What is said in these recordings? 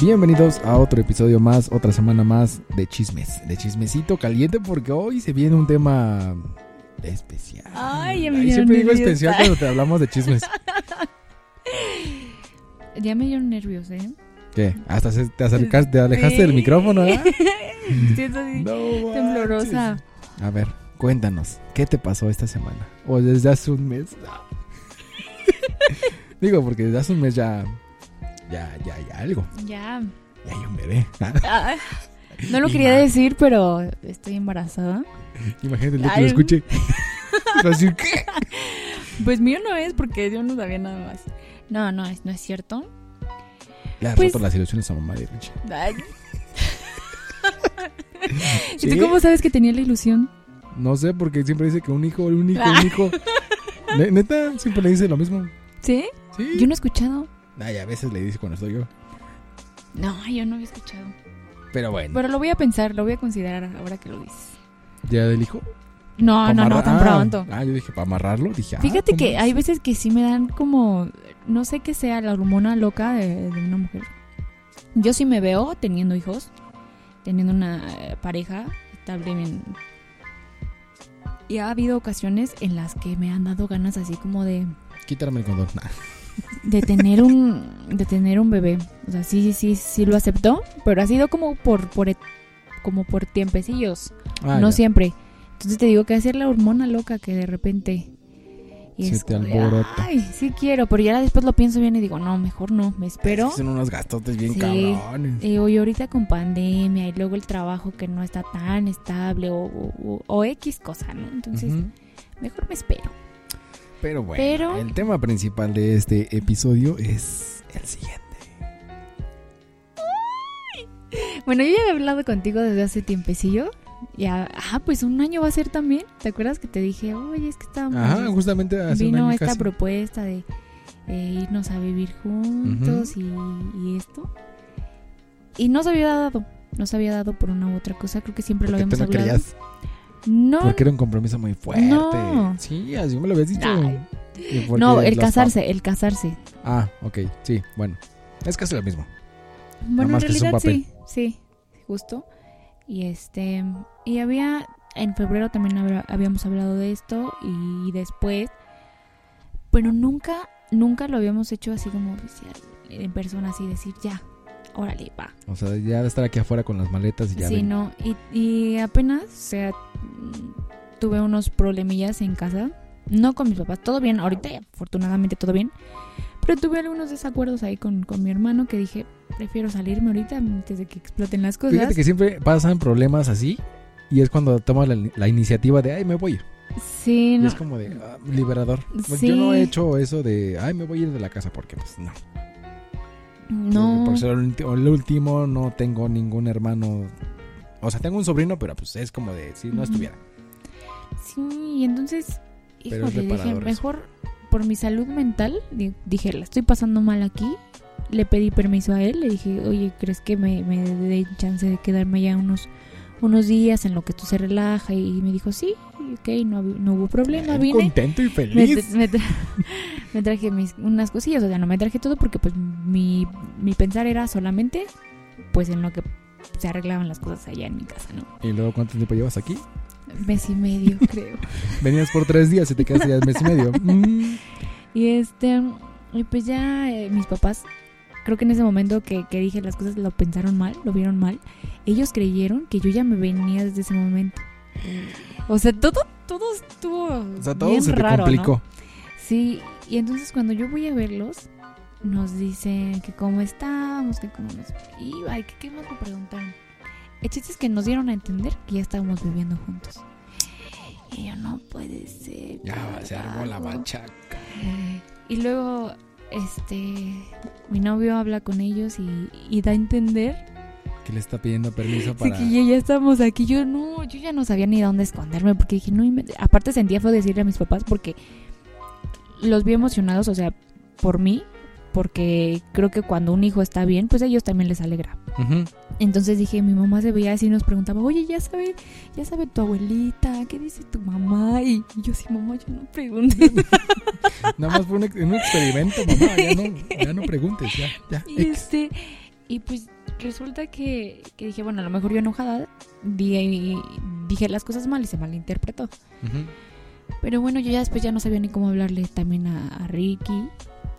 Bienvenidos a otro episodio más, otra semana más de chismes, de chismecito caliente, porque hoy se viene un tema especial. Ay, ya me Ay, dieron siempre digo nervios. especial cuando te hablamos de chismes. Ah, Ya me dieron nervios, ¿eh? ¿Qué? Hasta se- te acercaste, te alejaste del micrófono, ¿verdad? Siento así No temblorosa. manches. A ver, cuéntanos, ¿qué te pasó esta semana? O desde hace un mes. Digo, porque desde hace un mes ya. Ya, ya, ya algo. Ya. Ya hay un bebé. Ah, no lo Y quería ma- decir, pero estoy embarazada. Imagínate el día que Ay. lo escuche. Va a decir, ¿qué? Pues mío no es porque yo no sabía nada más. No, no, es, no es cierto. Le has Pues- roto las ilusiones a mamá de Richie. Ay. ¿Y ¿Sí? tú cómo sabes que tenía la ilusión? No sé, porque siempre dice que un hijo, un hijo, Ah. un hijo. Ne- Neta, siempre le dice lo mismo. ¿Sí? Sí. Yo no he escuchado. Ay, Ah, a veces le dice cuando estoy yo. No, yo no había escuchado. Pero bueno. Pero lo voy a pensar, lo voy a considerar ahora que lo dices. ¿Ya del hijo? No, Pa' no, no, amarrar- tan ah, pronto. Ah, yo dije, para amarrarlo, dije. ah, Fíjate ¿cómo que es? hay veces que sí me dan como, no sé qué sea, la hormona loca de, de una mujer. Yo sí me veo teniendo hijos, teniendo una eh, pareja estable. bien. Y ha habido ocasiones en las que me han dado ganas así como de, Quítame el condón. Nah. de tener un de tener un bebé. O sea, sí, sí, sí lo aceptó, pero ha sido como por, por et- como por tiempecillos, Ah, no ya. siempre. Entonces te digo que hacer la hormona loca que de repente y Se es te como de, alborota. Ay, sí quiero, pero ya después lo pienso bien y digo, no, mejor no, me espero. Es que Son unos gastotes bien Sí. cabrones. Eh, hoy ahorita con pandemia y luego el trabajo que no está tan estable o, o- o- o X cosa, ¿no? Entonces, Ujú. mejor me espero. Pero bueno, pero- el tema principal de este episodio es el siguiente. Bueno, yo ya he hablado contigo desde hace tiempecillo. Ya, ah, pues un año va a ser también. ¿Te acuerdas que te dije, oye, es que estábamos... Ajá, justamente hace un Ah, vino año esta casi. propuesta de eh, irnos a vivir juntos y, y esto. Y no se había dado, no se había dado por una u otra cosa, creo que siempre lo Porque tú habíamos no hablado. querías. no, Porque era un compromiso muy fuerte. No. Sí, así me lo habías dicho. Ay. Y porque no, el los casarse, el casarse. pap- Ah, ok, sí, bueno. Es casi lo mismo. Bueno, en más que es un realidad sí, sí, justo. Y este, y había, en febrero también habra- habíamos hablado de esto y después, pero nunca, nunca lo habíamos hecho así como oficial, en persona, así decir, ya, órale, va. O sea, ya estar aquí afuera con las maletas y ya. sí, ven. no, y, y apenas, o sea, mm, tuve unos problemillas en casa, no con mis papás, todo bien, ahorita afortunadamente todo bien, pero tuve algunos desacuerdos ahí con, con mi hermano que dije, prefiero salirme ahorita antes de que exploten las cosas. Fíjate que siempre pasan problemas así y es cuando tomas la, la iniciativa de, ay, me voy. Sí, Y no, es como de, ah, liberador. Pues Sí. Yo no he hecho eso de, ay, me voy a ir de la casa porque, pues, no. no, Por ser el, ulti- el último, no tengo ningún hermano. O sea, tengo un sobrino, pero pues es como de, si no Ujú. estuviera. sí, y entonces, Pero es híjole, dije, reparador eso. mejor por mi salud mental, di- dije, la estoy pasando mal aquí. Le pedí permiso a él, le dije, oye, ¿crees que me, me dé chance de quedarme ya unos, unos días en lo que tú se relaja? Y me dijo, sí, ok, no, hab- no hubo problema, Ay, vine. contento y Me, feliz. tra- me tra- me traje mis, unas cosillas, o sea, no me traje todo porque pues mi, mi pensar era solamente pues en lo que se arreglaban las cosas allá en mi casa, ¿no? Y luego, ¿cuánto tiempo llevas aquí? Mes y medio, creo. Venías por tres días y te quedaste ya el mes y medio. Mm. Y este, y pues ya eh, mis papás, creo que en ese momento que, que dije las cosas lo pensaron mal, lo vieron mal. Ellos creyeron que yo ya me venía desde ese momento. O sea, todo, todo estuvo. O sea, todo bien se te raro, ¿no? complicó. Sí, y entonces cuando yo voy a verlos, nos dicen que cómo estábamos, que cómo nos iba, y que qué más me preguntaron. El chiste es que nos dieron a entender que ya estábamos viviendo juntos. Y yo, no puede ser. Ya, se armó la carajo". machaca. Y luego, este, mi novio habla con ellos y, y da a entender Que le está pidiendo permiso sí, para. que ya, ya estamos aquí. Yo no, yo ya no sabía ni dónde esconderme porque dije, no, inventes. aparte sentía feo decirle a mis papás porque los vi emocionados, o sea, por mí, porque creo que cuando un hijo está bien, pues a ellos también les alegra. Ujú. Entonces dije, mi mamá se veía así y nos preguntaba, oye, ya sabe, ya sabe tu abuelita, ¿qué dice tu mamá? Y y yo sí, mamá, yo no pregunté. Nada más fue un, ex- un experimento, mamá. Ya no, ya no preguntes, ya. ya. Y Ex. este, Y pues resulta que, que dije, bueno, a lo mejor yo enojada di- dije las cosas mal y se malinterpretó. Ujú. Pero bueno, yo ya después ya no sabía ni cómo hablarle también a, a Ricky,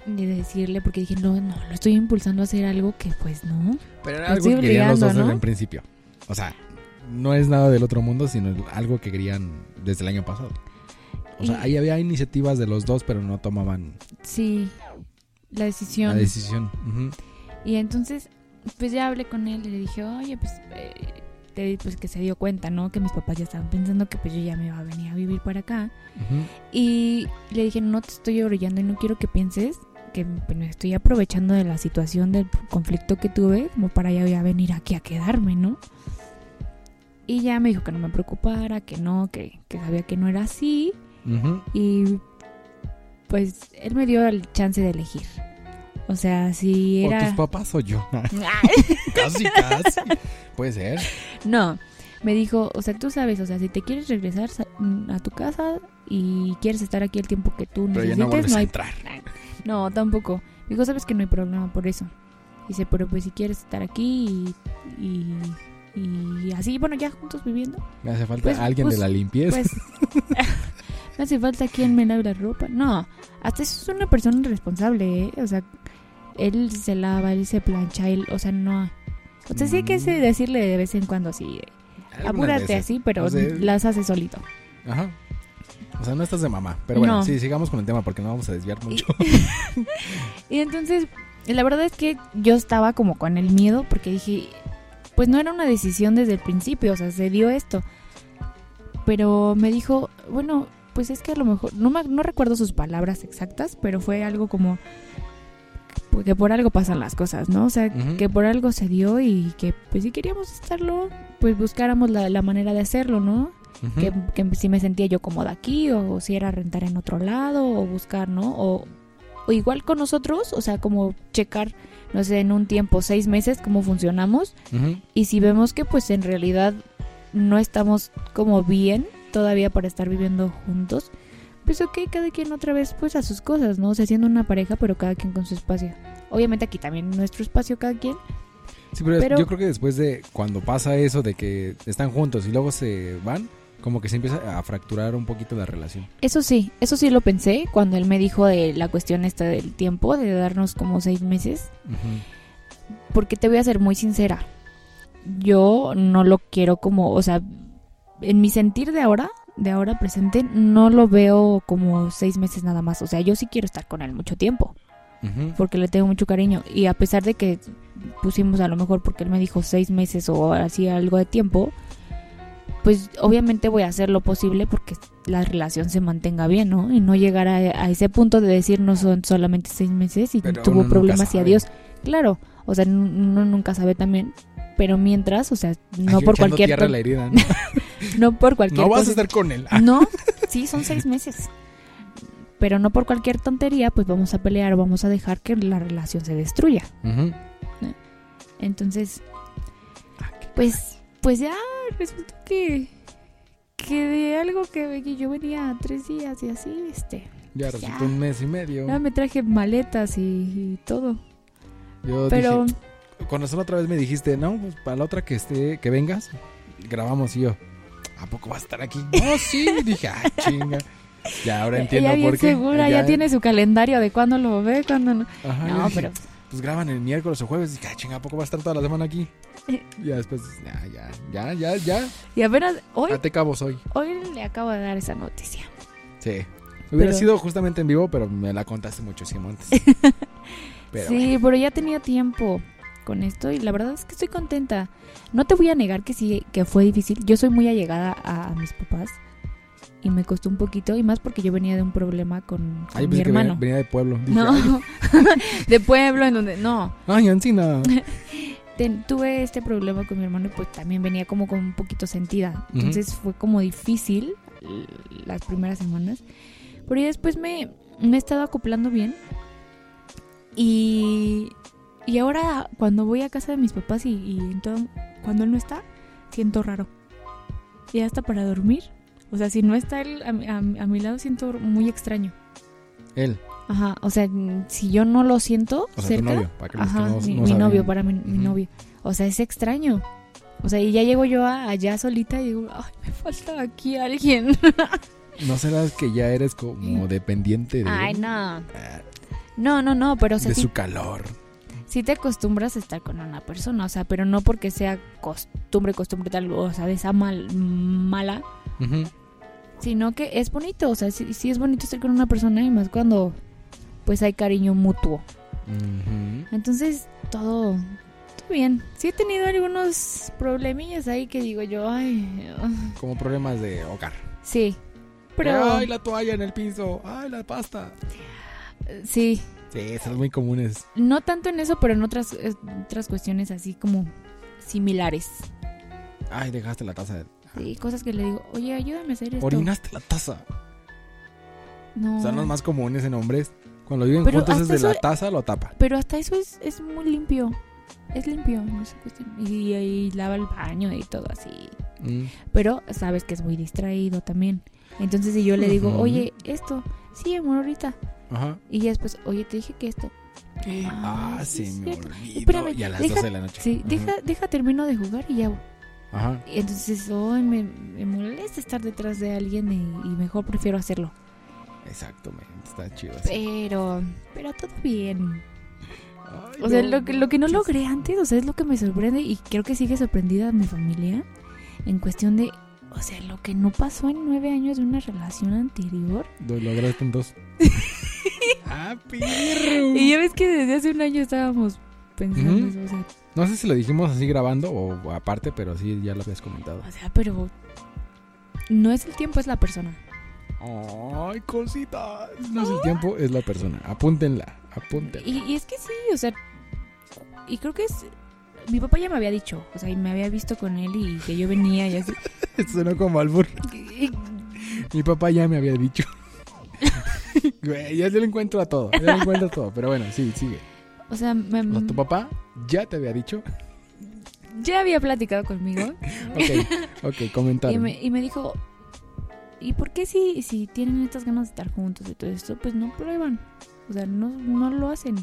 de decirle, porque dije, no, no, lo estoy impulsando a hacer algo que pues no. Pero era Te algo que estoy querían los obligando, dos desde ¿no? un principio. O sea, no es nada del otro mundo, sino algo que querían desde el año pasado. O sea, Y- ahí había iniciativas de los dos, pero no tomaban Sí, la la decisión. decisión. Ujú. y entonces, pues ya hablé con él y le dije, oye, pues, eh, te di- pues que se dio cuenta, ¿no? Que mis papás ya estaban pensando que pues yo ya me iba a venir a vivir para acá. Ujú. Y le dije, no te estoy orillando y no quiero que pienses que pues, me estoy aprovechando de la situación del conflicto que tuve como para ya, ya venir aquí a quedarme, ¿no? Y ya me dijo que no me preocupara, que no, que, que sabía que no era así. Ujú. Y pues él me dio el chance de elegir. O sea, si O tus era... papás o yo. casi, casi. Puede ser. no, me dijo, o sea, tú sabes, o sea, si te quieres regresar sa- a tu casa y quieres estar aquí el tiempo que tú Pero ya necesites, no vuelves no a hay entrar. No, tampoco. Me Dijo, sabes que no hay problema por eso. Dice, pero pues si quieres estar aquí y, y- y así, bueno, ya juntos viviendo, Me hace falta Pues, alguien pues, de la limpieza. pues no hace falta quien me lave la ropa. No, hasta eso es una persona responsable, ¿eh? O sea, él se lava, él se plancha, él, o sea, no... O sea, sí hay que se- Mm. decirle de vez en cuando así, de, Algunas apúrate veces. así, pero O sea, las hace solito. Ajá. O sea, no estás de mamá. Pero bueno, No. sí, sigamos con el tema porque no vamos a desviar mucho. Y entonces, la verdad es que yo estaba como con el miedo porque dije, pues no era una decisión desde el principio, o sea, se dio esto. Pero me dijo, bueno, pues es que a lo mejor, no, me- no recuerdo sus palabras exactas, pero fue algo como pues que por algo pasan las cosas, ¿no? O sea, Ujú. que por algo se dio y que pues si queríamos estarlo, pues buscáramos la, la manera de hacerlo, ¿no? Ujú. que, que si me sentía yo cómoda aquí o si era rentar en otro lado o buscar, ¿no? O, o igual con nosotros, o sea, como checar, no sé, en un tiempo, seis meses, cómo funcionamos Ujú. y si vemos que pues en realidad no estamos como bien todavía para estar viviendo juntos, pues ok, cada quien otra vez pues a sus cosas, ¿no? O sea, siendo una pareja, pero cada quien con su espacio. Obviamente aquí también nuestro espacio cada quien. Sí, pero, es- Pero- yo creo que después de cuando pasa eso de que están juntos y luego se van, como que se empieza a fracturar un poquito la relación. Eso sí, eso sí lo pensé cuando él me dijo de la cuestión esta del tiempo, de darnos como seis meses. porque te voy a ser muy sincera. Yo no lo quiero como, o sea, en mi sentir de ahora, de ahora presente, no lo veo como seis meses nada más. O sea, yo sí quiero estar con él mucho tiempo, Ujú. porque le tengo mucho cariño. Y a pesar de que pusimos a lo mejor porque él me dijo seis meses o así algo de tiempo, pues obviamente voy a hacer lo posible porque la relación se mantenga bien, ¿no? Y no llegar a, a ese punto de decir no son solamente seis meses y Pero uno tuvo nunca problemas y sabe. adiós. Claro, o sea, n- uno nunca sabe también. Pero mientras, o sea, no Ay, por echando cualquier tierra a to- la herida, ¿no? no por cualquier No vas a cosa- estar con él. Ah, no, sí, son seis meses. Pero no por cualquier tontería, pues vamos a pelear o vamos a dejar que la relación se destruya. ujú. Entonces, Ah, qué- pues, pues ya resultó que, que de algo que que yo venía tres días y así, este, Ya pues resultó ya. un mes y medio. ya me traje maletas y, y todo. Yo Pero dije, con razón otra vez me dijiste, no, pues para la otra que esté, que vengas, grabamos y yo. ¿A poco va a estar aquí? No, sí, dije, ah, chinga. Ya ahora entiendo ella bien por qué. segura, ya, tiene su calendario de cuándo lo ve, cuándo no. Ajá, yo No, dije, pero pues graban el miércoles o jueves. Dije, ah, chinga, ¿a poco va a estar toda la semana aquí? Eh. Y ya después, ya, ya, ya, ya, ya. y apenas hoy, Date cabo soy. hoy le acabo de dar esa noticia. Sí. Hubiera Pero- sido justamente en vivo, pero me la contaste muchísimo antes. Pero sí, bueno. pero ya tenía tiempo con esto y la verdad es que estoy contenta. No te voy a negar que sí, que fue difícil. Yo soy muy allegada a, a mis papás y me costó un poquito y más porque yo venía de un problema con, con Ay, mi pensé que venía, hermano. venía de pueblo. Dije, ay, no, de pueblo en donde no. ay, Ancina. Ten- tuve este problema con mi hermano y pues también venía como con un poquito sentida. Entonces fue como difícil l- las primeras semanas. Pero ya después me, me he estado acoplando bien. Y, y ahora cuando voy a casa de mis papás y, y en todo- cuando él no está, siento raro. Y hasta para dormir. O sea, si no está él a, mi- a mi- a mi lado siento muy extraño. Él. Ajá, o sea, si yo no lo siento O sea, cerca, tu novio, para que los que ajá, no- mi, no mi saben. novio, para mi, mi Ujú. novio. O sea, es extraño. O sea, y ya llego yo a- allá solita y digo, ay, me falta aquí alguien. ¿No serás que ya eres como dependiente de, Mm. ay, él? no. No, no, no, pero o sea, Ah. de sí, su calor? sí te acostumbras a estar con una persona, o sea, pero no porque sea costumbre, costumbre tal, o sea, de esa mal, mala, Ujú. sino que es bonito, o sea, sí, sí es bonito estar con una persona y más cuando pues hay cariño mutuo. Ujú. Entonces, todo, todo bien. Sí he tenido algunos problemillas ahí que digo yo, ay, ah, Como problemas de hogar. sí. Pero Ay, la toalla en el piso. Ay, la pasta. eh, sí, Sí, esas muy comunes. no tanto en eso, pero en otras eh, otras cuestiones así como similares. Ay, dejaste la taza. Sí, cosas que le digo, "Oye, ayúdame a hacer esto." Orinaste la taza. No. Son los más comunes en hombres. Cuando viven Ah. Pero juntos es hasta de la eso- taza lo tapa. Pero hasta eso es, es muy limpio. Es limpio, no sé cuestión. Y, ahí lava el baño y todo así. Mm. Pero sabes que es muy distraído también. Entonces si yo le digo, Ujú. oye, esto, sí, amor, ahorita. Ajá. Y ya después, oye, te dije que esto. Ah, se sí, me cierto. olvidó. Espérame, y a las deja- 12 de la noche. Sí, Ajá. deja, deja, termino de jugar y ya. Ajá. Y Entonces, hoy me, me molesta estar detrás de alguien y, y mejor prefiero hacerlo. Exactamente. Está chido. así. Eh, Pero, pero todo bien. Ay, O sea, no, lo que, lo que no manches. logré antes, o sea, es lo que me sorprende y creo que sigue sorprendida mi familia en cuestión de, o sea, lo que no pasó en nueve años de una relación anterior. Lo lograste en dos. ah, pirro. Y ya ves que desde hace un año estábamos pensando Ujú. eso, o sea, No sé si lo dijimos así grabando o aparte, pero sí, ya lo habías comentado. o sea, pero no es el tiempo, es la persona. Ay, cositas. No es el tiempo, es la persona. Apúntenla, apúntenla. Y, y es que sí, o sea, y creo que es... Mi papá ya me había dicho, o sea, y me había visto con él y que yo venía y así. Suena como albur. Y- y- Mi papá ya me había dicho. Güey, ya se lo encuentro a todo. Ya lo encuentro a todo. Pero bueno, sí, sigue. o sea, me- mm, O sea, tu papá ya te había dicho. ya había platicado conmigo Ok, ok, comentaron. y, me, y me dijo, ¿y por qué si, si tienen estas ganas de estar juntos y todo esto, pues no prueban? O sea, no, no lo hacen.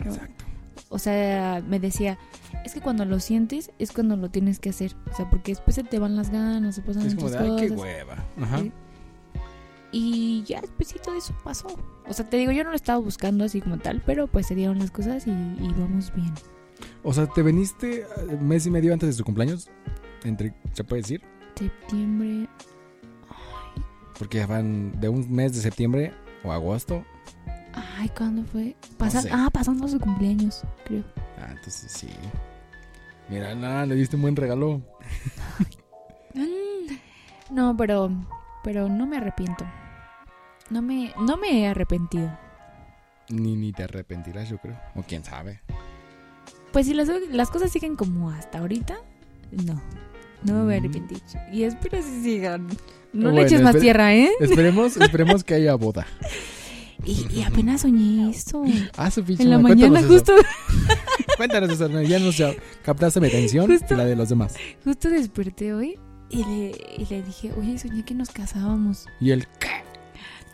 Exacto. O sea, me decía, es que cuando lo sientes es cuando lo tienes que hacer. O sea, porque después se te van las ganas, se pasan Es como de, otras ay, qué cosas. hueva. Ajá. Sí. Y ya después de eso pasó. O sea, te digo, yo no lo estaba buscando así como tal, pero pues se dieron las cosas y, y vamos bien. O sea, te veniste eh, mes y medio antes de su cumpleaños. Entre, ¿Se puede decir? Septiembre. Porque ya van de un mes de septiembre o agosto. Ay, ¿cuándo fue? Pasa- sé. Ah, pasando su cumpleaños, creo. Ah, entonces sí. Mira, nada, le diste un buen regalo. Mm, No, pero. Pero no me arrepiento. No me, no me he arrepentido. Ni, ni te arrepentirás, yo creo. O quién sabe. Pues si las, las cosas siguen como hasta ahorita, no. No me voy a Mm. arrepentir. Y espero si sigan. No Bueno, le eches más espere- tierra, ¿eh? Esperemos, esperemos que haya boda. Y, y apenas soñé esto. Ah, su pinche En la madre, mañana, cuéntanos justo Eso. Cuéntanos eso, no, ya nos ya captaste mi atención Justo. y la de los demás. Justo desperté hoy y le, y le dije, oye, soñé que nos casábamos. Y él,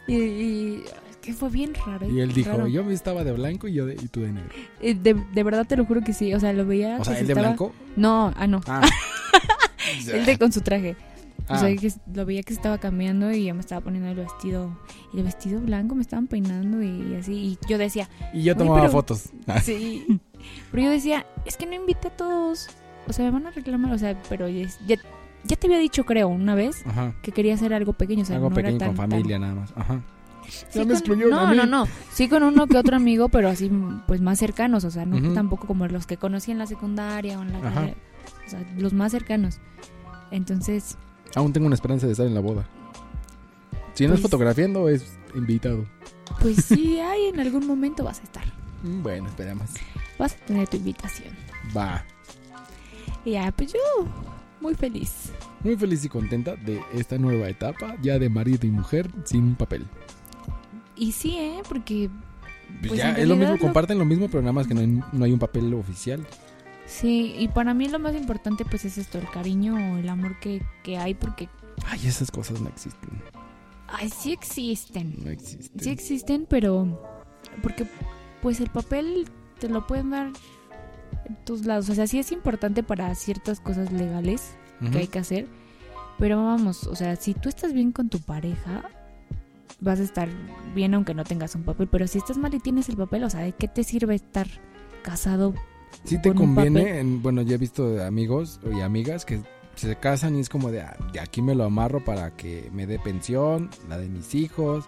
Y, y- es que fue bien raro. y él dijo, raro. yo me estaba de blanco y yo de, y tú de negro. Eh, de, de verdad te lo juro que sí. O sea, lo veía. O que sea, se él de Ah, pues estaba- blanco. No, ah, no. Ah. Él de pues, con su traje. O Ah, sea, que lo veía que se estaba cambiando y yo me estaba poniendo el vestido. El vestido blanco me estaban peinando y, así. Y yo decía, y yo Oye, tomaba pero- fotos. sí. pero yo decía, es que no invité a todos. O sea, me van a reclamar. O sea, pero ya, ya, ya te había dicho, creo, una vez Ajá. que quería hacer algo pequeño. O sea, Algo no era pequeño con tan- tan- familia nada más. Ajá. Sí, ya me con- excluyeron no, a mí. no, no. Sí con uno que otro amigo, pero así pues más cercanos, o sea, no Ujú. tampoco como los que conocí en la secundaria o en la Ajá. o sea, los más cercanos. Entonces, Aún tengo una esperanza de estar en la boda. Si no es Pues- fotografiando, es invitado. pues sí, ay, en algún momento vas a estar. Mm, Bueno, esperamos. Vas a tener tu invitación. Va. Y ya, pues yo muy feliz. Muy feliz y contenta de esta nueva etapa, ya de marido y mujer sin papel. Y sí, eh, porque Pues ya, es en lo mismo, realidad lo- comparten lo mismo, pero nada más que no hay, no hay un papel oficial. sí, y para mí lo más importante pues es esto, el cariño o el amor que, que hay porque Ay, esas cosas no existen. ay, sí existen. No existen. Sí existen, pero porque pues el papel te lo pueden dar en todos lados. O sea, sí es importante para ciertas cosas legales que hay que hacer, pero vamos, o sea, si tú estás bien con tu pareja, vas a estar bien aunque no tengas un papel, pero si estás mal y tienes el papel, o sea, ¿de qué te sirve estar casado? Sí te con un conviene, papel. en- bueno, ya he visto de amigos y amigas que se casan y es como de, "Ah, de aquí me lo amarro para que me dé pensión, la de mis hijos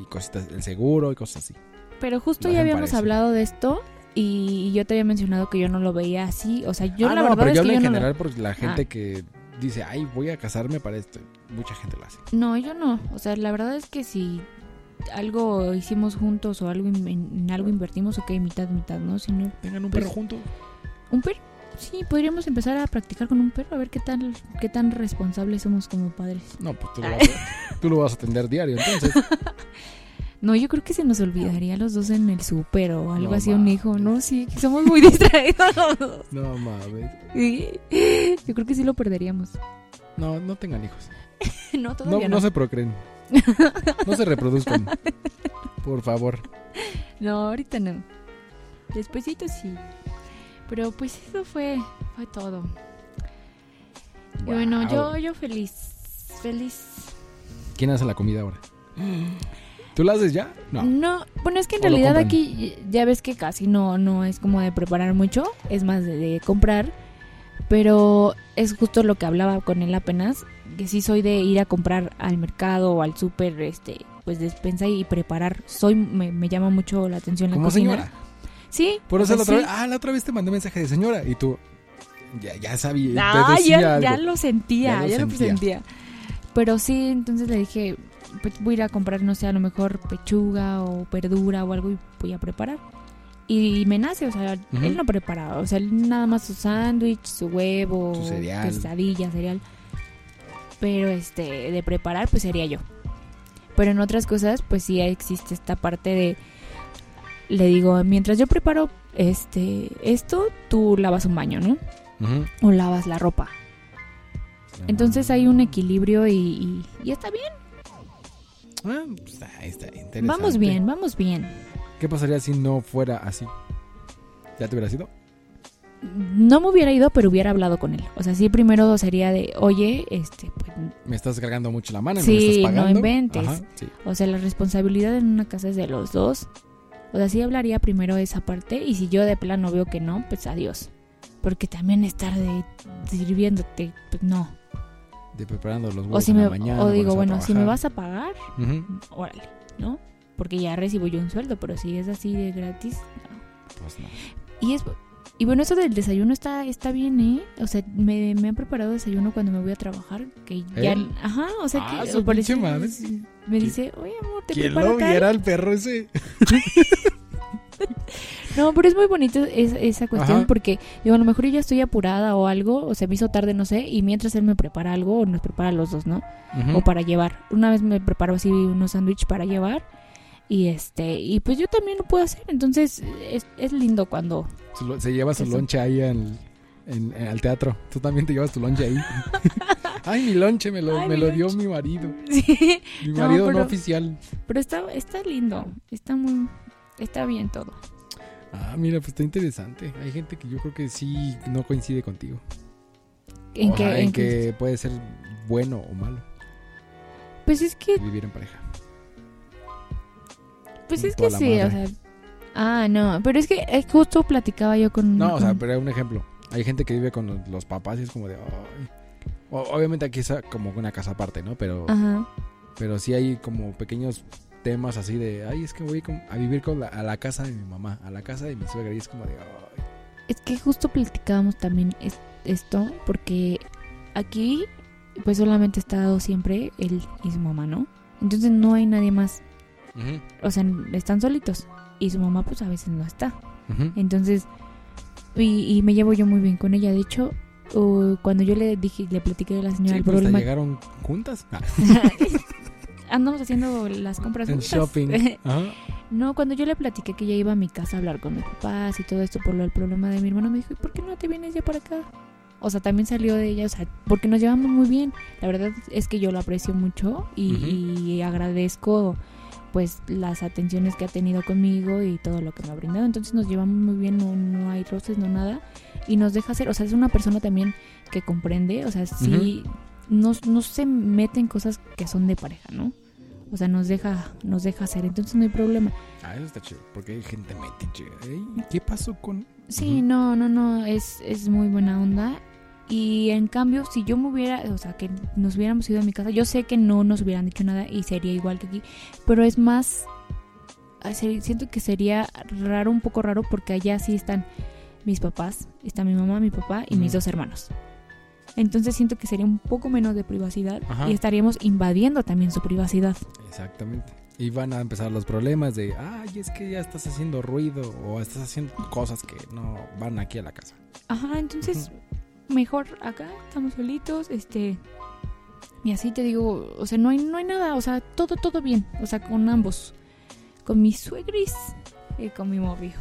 y cositas, el seguro y cosas así. Pero justo Lo ya hacen habíamos parecer. hablado de esto y yo te había mencionado que yo no lo veía así, o sea, yo Ah, no, la verdad pero es yo que hablo yo en no lo- Ah. general por la gente que dice, ay, voy a casarme para esto. Mucha gente lo hace. No, yo no. O sea, la verdad es que si algo hicimos juntos o algo in- en, en algo invertimos, ok, mitad, mitad, ¿no? Si no, Tengan un Pues- perro juntos. un perro. Sí, podríamos empezar a practicar con un perro, a ver qué tan, qué tan responsables somos como padres. No, pues tú lo, vas a, tú lo vas a atender diario, entonces. No, yo creo que se nos olvidaría a los dos en el súper o algo No así, un mames. hijo, ¿no? Sí, que somos muy distraídos los dos. No mames. Sí. Yo creo que sí lo perderíamos. No, no tengan hijos. No, No, todavía no no. se procreen. No se reproduzcan. Por favor. No, ahorita no. Despuésito sí. Pero pues eso fue, fue todo. Y bueno, Wow. yo, yo feliz. Feliz. ¿Quién hace la comida ahora? ¿Tú la haces ya? No. No. bueno, es que en O lo realidad compran. aquí ya ves que casi no, no es como de preparar mucho, es más de, de comprar. Pero es justo lo que hablaba con él apenas, que sí soy de ir a comprar al mercado o al súper, este, pues despensa y preparar. Soy, me, me llama mucho la atención la Como cocina. Pues señora. Sí. Por eso o la sea, otra sí. vez. Ah, la otra vez te mandé mensaje de señora. Y tú. Ya, ya sabía. Ah, te decía ya, ya algo. lo sentía, Ya lo ya lo, sentía. sentía. Pero sí, entonces le dije, pues voy a ir a comprar, no sé, a lo mejor pechuga o verdura o algo y voy a preparar. Y me nace, o sea, Ujú. él no preparaba, o sea, él nada más su sándwich, su huevo, Su cereal. quesadilla, cereal. Pero este, de preparar, pues sería yo. Pero en otras cosas, pues sí existe esta parte de, le digo, mientras yo preparo este, esto, tú lavas un baño, ¿no? Ujú. O lavas la ropa. Entonces hay un equilibrio y, y- y está bien. Ah, pues, ahí está, interesante. Vamos bien, vamos bien. ¿Qué pasaría si no fuera así? ¿Ya te hubiera sido? No me hubiera ido, pero hubiera hablado con él. O sea, sí, primero sería de, oye, este, pues, Me estás cargando mucho la mano, y Sí, me no estás pagando. inventes. Ajá, sí. o sea, la responsabilidad en una casa es de los dos. O sea, sí hablaría primero esa parte y si yo de plano veo que no, pues adiós. Porque también estar de sirviéndote, pues no. De preparando los huevos O, si en me, la mañana. o cuando digo, se va a bueno, si me trabajar. vas a pagar, Ujú, órale, ¿no? Porque ya recibo yo un sueldo, pero si es así de gratis, pues no. Y es y bueno, eso del desayuno está, está bien, ¿eh? O sea, me, me han preparado desayuno cuando me voy a trabajar. Que ya. ¿Él? Ajá, o sea, ¿Eh? Ah, que su o parece- pinche madre. me dice, oye, amor, te ¿Quién preparo lo tal". viera al perro ese? No, pero es muy bonito es- esa cuestión Ajá. porque, digo, a lo mejor yo ya estoy apurada o algo, o se me hizo tarde, no sé, y mientras él me prepara algo o nos prepara a los dos, ¿no? Ujú. o para llevar. Una vez me preparó así unos sándwiches para llevar y este y pues yo también lo puedo hacer, entonces es, es lindo cuando Su lo- Se lleva su Eso. lonche ahí al, en- en- al teatro. Tú también te llevas tu lonche ahí. Ay, mi lonche me lo, Ay, me mi lo dio lonche. mi marido. Sí, Mi No, marido no, pero- oficial. pero está está lindo, está muy está bien todo. Ah, mira, pues está interesante. Hay gente que yo creo que sí no coincide contigo. En O que, sea, en en que- que puede ser bueno o malo pues es que vivir en pareja. pues es toda que la sí, o madre. sea, ah, no, pero es que eh, justo platicaba yo con No, o sea, con- pero un ejemplo. Hay gente que vive con los- los papás y es como de. "Ay". O- obviamente aquí es ah, como una casa aparte, ¿no? Pero, Ajá. pero sí hay como pequeños temas así de. Ay, es que voy con- a vivir con la- a la casa de mi mamá, a la casa de mi suegra. Y es como de. "Ay". Es que justo platicábamos también es- esto, porque aquí pues solamente ha estado siempre él y su mamá, ¿no? Entonces no hay nadie más, Ujú, o sea, están solitos y su mamá pues a veces no está. ujú. Entonces, y, y me llevo yo muy bien con ella, de hecho, uh, cuando yo le dije, le platiqué a la señora Sí, el pero hasta problema... llegaron juntas Ah, Andamos haciendo las compras en juntas. shopping. Ajá. No, cuando yo le platiqué que ya iba a mi casa a hablar con mis papás y todo esto por lo del problema de mi hermano, me dijo, ¿y por qué no te vienes ya para acá? O sea, también salió de ella, o sea, porque nos llevamos muy bien. La verdad es que yo lo aprecio mucho y, Ujú. y agradezco pues las atenciones que ha tenido conmigo y todo lo que me ha brindado. Entonces nos llevamos muy bien, no, no hay roces, no nada. Y nos deja ser, o sea, es una persona también que comprende, o sea, sí, no, no se mete en cosas que son de pareja, ¿no? O sea, nos deja, nos deja hacer, entonces no hay problema. Ah, eso está chido, porque hay gente metiche. Ey, ¿Qué pasó con...? Sí, Ujú. no, no, no, es, es muy buena onda. Y en cambio, si yo me hubiera, o sea, que nos hubiéramos ido a mi casa, yo sé que no nos hubieran dicho nada y sería igual que aquí, pero es más, ah, se- siento que sería raro, un poco raro, porque allá sí están mis papás, está mi mamá, mi papá y mis Ujú. dos hermanos. Entonces siento que sería un poco menos de privacidad Ajá. y estaríamos invadiendo también su privacidad. Exactamente. Y van a empezar los problemas de, ay, es que ya estás haciendo ruido o estás haciendo cosas que no van aquí a la casa. Ajá, entonces mejor acá, estamos solitos, este y así te digo, o sea, no hay no hay nada, o sea, todo todo bien, o sea, con ambos. Con mis suegris y con mi morrijo.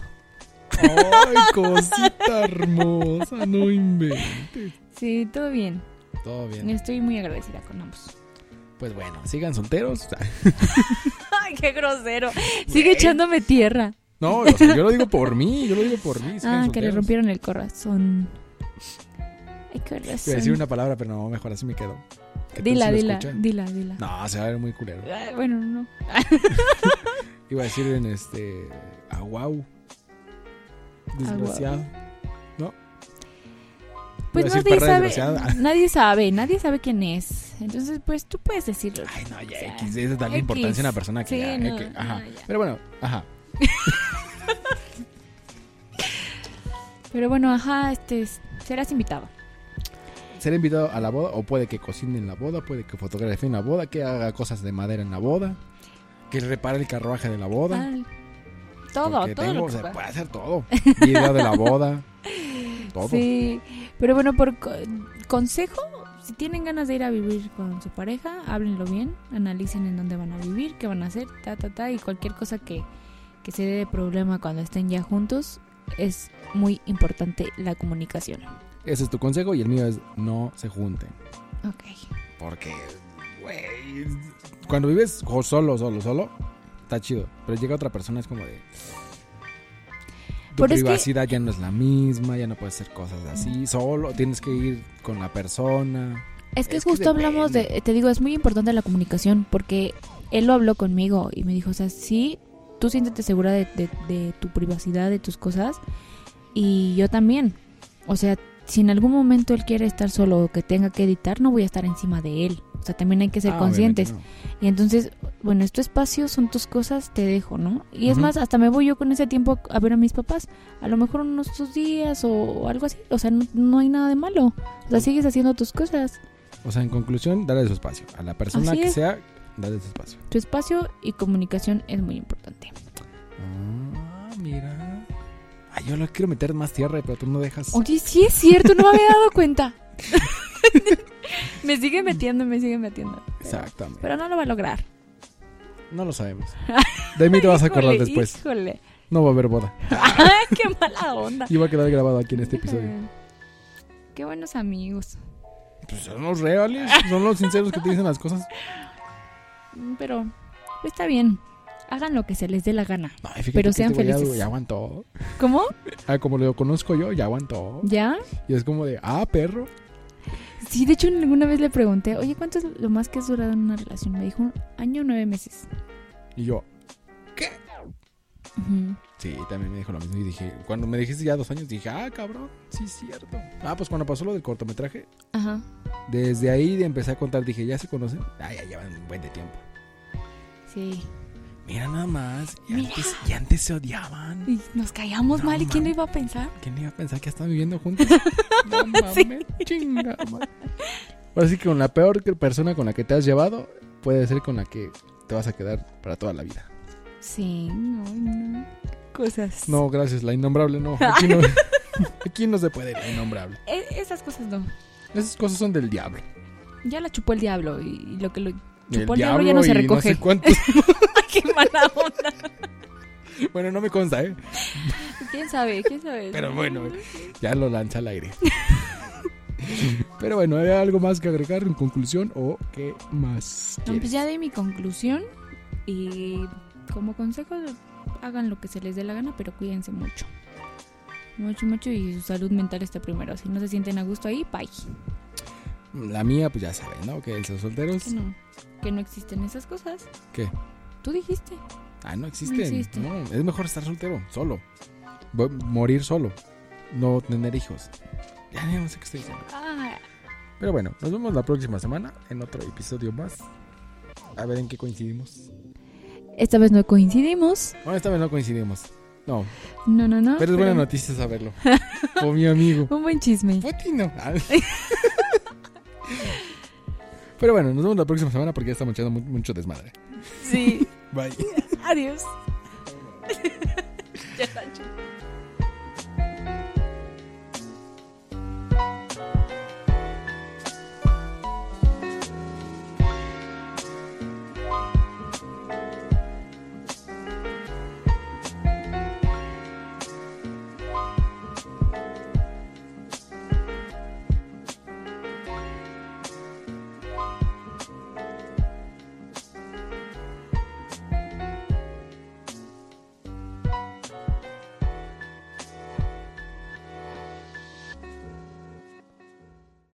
Ay, cosita hermosa, no inventes. Sí, todo bien. Todo bien. Estoy muy agradecida con ambos. Pues bueno, sigan solteros. Ay, qué grosero. Sigue echándome tierra. No, o sea, yo lo digo por mí, yo lo digo por mí. sigan Ah, que le solteros. rompieron el corazón. Ay, corazón. Iba a decir una palabra, pero no, mejor así me quedo. Que tú Dila, sí lo dila, escuchas. dila, dila. No, se va a ver muy culero. Ay, bueno, no. Iba a decir en este. Aguau. Desgraciado. Pues Iba a decir nadie perra sabe, desgraciada. nadie sabe, nadie sabe quién es. Entonces, pues tú puedes decirlo. Ay, no, ya O sea, X. Esa es darle X. importancia a una persona que Sí, ya. eh, no, que- ajá. no, ya. Pero bueno, ajá. Pero bueno, ajá, este serás invitado. Ser invitado a la boda, o puede que cocine en la boda, puede que fotografie en la boda, que haga cosas de madera en la boda, que repare el carruaje de la boda. Al- Ah, Todo, porque todo tengo, lo o que sea, puedas. puede hacer todo. Video de la boda. Todo. Sí, pero bueno, por co- consejo, si tienen ganas de ir a vivir con su pareja, háblenlo bien, analicen en dónde van a vivir, qué van a hacer, ta, ta, ta, y cualquier cosa que, que se dé de problema cuando estén ya juntos, es muy importante la comunicación. Ese es tu consejo y el mío es no se junten. Ok. Porque, güey, cuando vives jo- solo, solo, solo, está chido. Pero llega otra persona, es como de. Tu Pero es que- privacidad ya no es la misma, ya no puedes hacer cosas así. Solo tienes que ir con la persona. Es que Es que justo hablamos de, depende. te digo, es muy importante la comunicación porque él lo habló conmigo y me dijo, o sea, sí, tú siéntete segura de, de- de tu privacidad, de tus cosas y yo también. O sea, si en algún momento él quiere estar solo o que tenga que editar, no voy a estar encima de él. O sea, también hay que ser Ah, conscientes. obviamente Y entonces, bueno, es tu espacio, son tus cosas, te dejo, ¿no? Y es Ujú. más, hasta me voy yo con ese tiempo a ver a mis papás. A lo mejor unos dos días o algo así. O sea, no, no hay nada de malo. O sea, sigues haciendo tus cosas. no. O sea, en conclusión, darle su espacio. A la persona Así que es. sea, darle su espacio. Tu espacio y comunicación es muy importante. Ah, mira. Ay, yo lo quiero meter más tierra, pero tú no dejas. Oye, sí es cierto, no me había dado cuenta. me sigue metiendo, me sigue metiendo. Pero, Exactamente. pero no lo va a lograr. No lo sabemos. De mí te vas a acordar Híjole, después. Híjole. No va a haber boda. Ay, qué mala onda. Y va a quedar grabado aquí en este episodio. Qué buenos amigos. Pues son los reales, son los sinceros que te dicen las cosas. Mm, Pero está bien. Hagan lo que se les dé la gana. No, y fíjate Pero que este sean güey ya- felices. Ya aguantó. ¿Cómo? Ah, como lo conozco yo, ya aguantó. ¿Ya? Y es como de, ah, perro. Sí, de hecho alguna vez le pregunté, oye, ¿cuánto es lo más que has durado en una relación? Me dijo un año nueve meses. Y yo, Ujú. sí, también me dijo lo mismo. Y dije, cuando me dijiste ya dos años, dije, ah, cabrón, sí, es cierto. Ah, pues cuando pasó lo del cortometraje, Ajá. desde ahí empecé a contar, dije, ¿ya se conocen? Ah, ya llevan un buen de tiempo. Sí. Mira nada más, y, Mira. Antes, y antes se odiaban. Y nos callamos No mal y quién lo mames. iba a pensar. ¿Quién iba a pensar que están viviendo juntos? No mames, chinga. madre. Ahora sí que con la peor que- persona con la que te has llevado puede ser con la que te vas a quedar para toda la vida. Sí, no, no. Cosas. No, gracias, la innombrable no. Aquí no, aquí no se puede la innombrable. E- esas cosas no. Esas cosas son del diablo. Ya la chupó el diablo y, y lo que lo. Del Chupó el diablo, ya no se y recoge. sé cuántos. ¡Qué mala onda! Bueno, no me consta, ¿eh? ¿Quién sabe? ¿Quién sabe? Pero bueno, ya lo lanza al aire. Pero bueno, ¿hay algo más que agregar en conclusión o qué más? No, pues quieres? ya de mi conclusión. Y como consejo, hagan lo que se les dé la gana, pero cuídense mucho. Mucho, mucho y su salud mental está primero. Si no se sienten a gusto ahí, bye. La mía, pues ya saben, ¿no? Que los solteros. Que no, que no existen esas cosas. ¿Qué? Tú dijiste. Ah, no existen. No existe. es mejor estar soltero, solo. Voy a morir solo. No tener hijos. Ya no sé qué estoy diciendo. Ah, Pero bueno, nos vemos la próxima semana en otro episodio más. A ver en qué coincidimos. esta vez no coincidimos. Bueno, esta vez no coincidimos. No, No, no, no. pero es buena noticia saberlo. Por mi amigo. Un buen chisme. Putino. Pero bueno, nos vemos la próxima semana porque ya estamos echando mu- mucho desmadre. Sí. Bye. Adiós. Ya, Nacho.